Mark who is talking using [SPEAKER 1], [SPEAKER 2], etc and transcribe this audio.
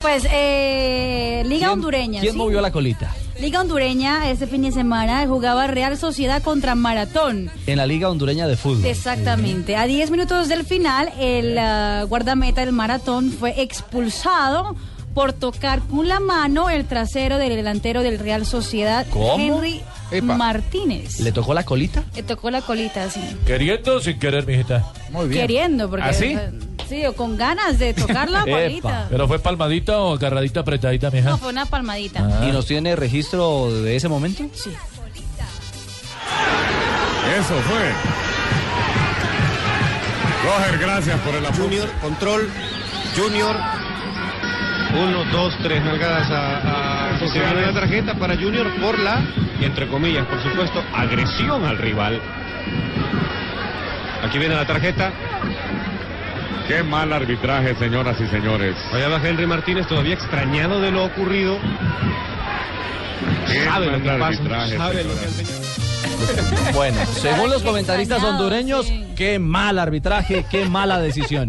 [SPEAKER 1] Pues eh, Liga
[SPEAKER 2] ¿Quién-
[SPEAKER 1] Hondureña.
[SPEAKER 2] ¿Quién
[SPEAKER 1] ¿sí?
[SPEAKER 2] movió la colita?
[SPEAKER 1] Liga Hondureña este fin de semana jugaba Real Sociedad contra Maratón.
[SPEAKER 2] En la Liga Hondureña de Fútbol.
[SPEAKER 1] Exactamente. A 10 minutos del final, el ah, guardameta del maratón fue expulsado por tocar con la mano el trasero del delantero del Real Sociedad,
[SPEAKER 2] ¿Cómo?
[SPEAKER 1] Henry
[SPEAKER 3] Epa.
[SPEAKER 1] Martínez.
[SPEAKER 2] ¿Le
[SPEAKER 1] Le...
[SPEAKER 2] tocó la colita?
[SPEAKER 1] tocó la colita así,
[SPEAKER 4] Queriendo o sin querer, mijita.
[SPEAKER 3] Muy bien.
[SPEAKER 1] queriendo, porque
[SPEAKER 3] ¿Así?
[SPEAKER 1] sí, o con ganas de tocar la
[SPEAKER 2] ¿Ah, Epa.
[SPEAKER 1] colita.
[SPEAKER 4] ¿Pero fue palmadita o agarradita apretadita, mija?
[SPEAKER 1] No, fue una palmadita.
[SPEAKER 2] ¿Y nos tiene registro de ese momento?
[SPEAKER 1] Sí.
[SPEAKER 3] Eso fue. Roger, gracias por el apoyo.
[SPEAKER 5] Junior, control, Junior. Uno, dos, tres nalgadas a, a se ganó la tarjeta para Junior por la, entre comillas, por supuesto, agresión al rival. Aquí viene la tarjeta.
[SPEAKER 3] Qué mal arbitraje, señoras y señores.
[SPEAKER 5] Allá va Henry Martínez todavía extrañado de lo ocurrido.
[SPEAKER 3] Qué
[SPEAKER 5] Sabe lo
[SPEAKER 3] mal
[SPEAKER 5] que pasa,
[SPEAKER 3] arbitraje,
[SPEAKER 5] sabe lo que
[SPEAKER 3] señoras.
[SPEAKER 2] Bueno, según los
[SPEAKER 1] qué
[SPEAKER 2] comentaristas
[SPEAKER 1] extrañado,
[SPEAKER 2] hondureños,
[SPEAKER 1] sí.
[SPEAKER 2] qué mal arbitraje, qué mala decisión.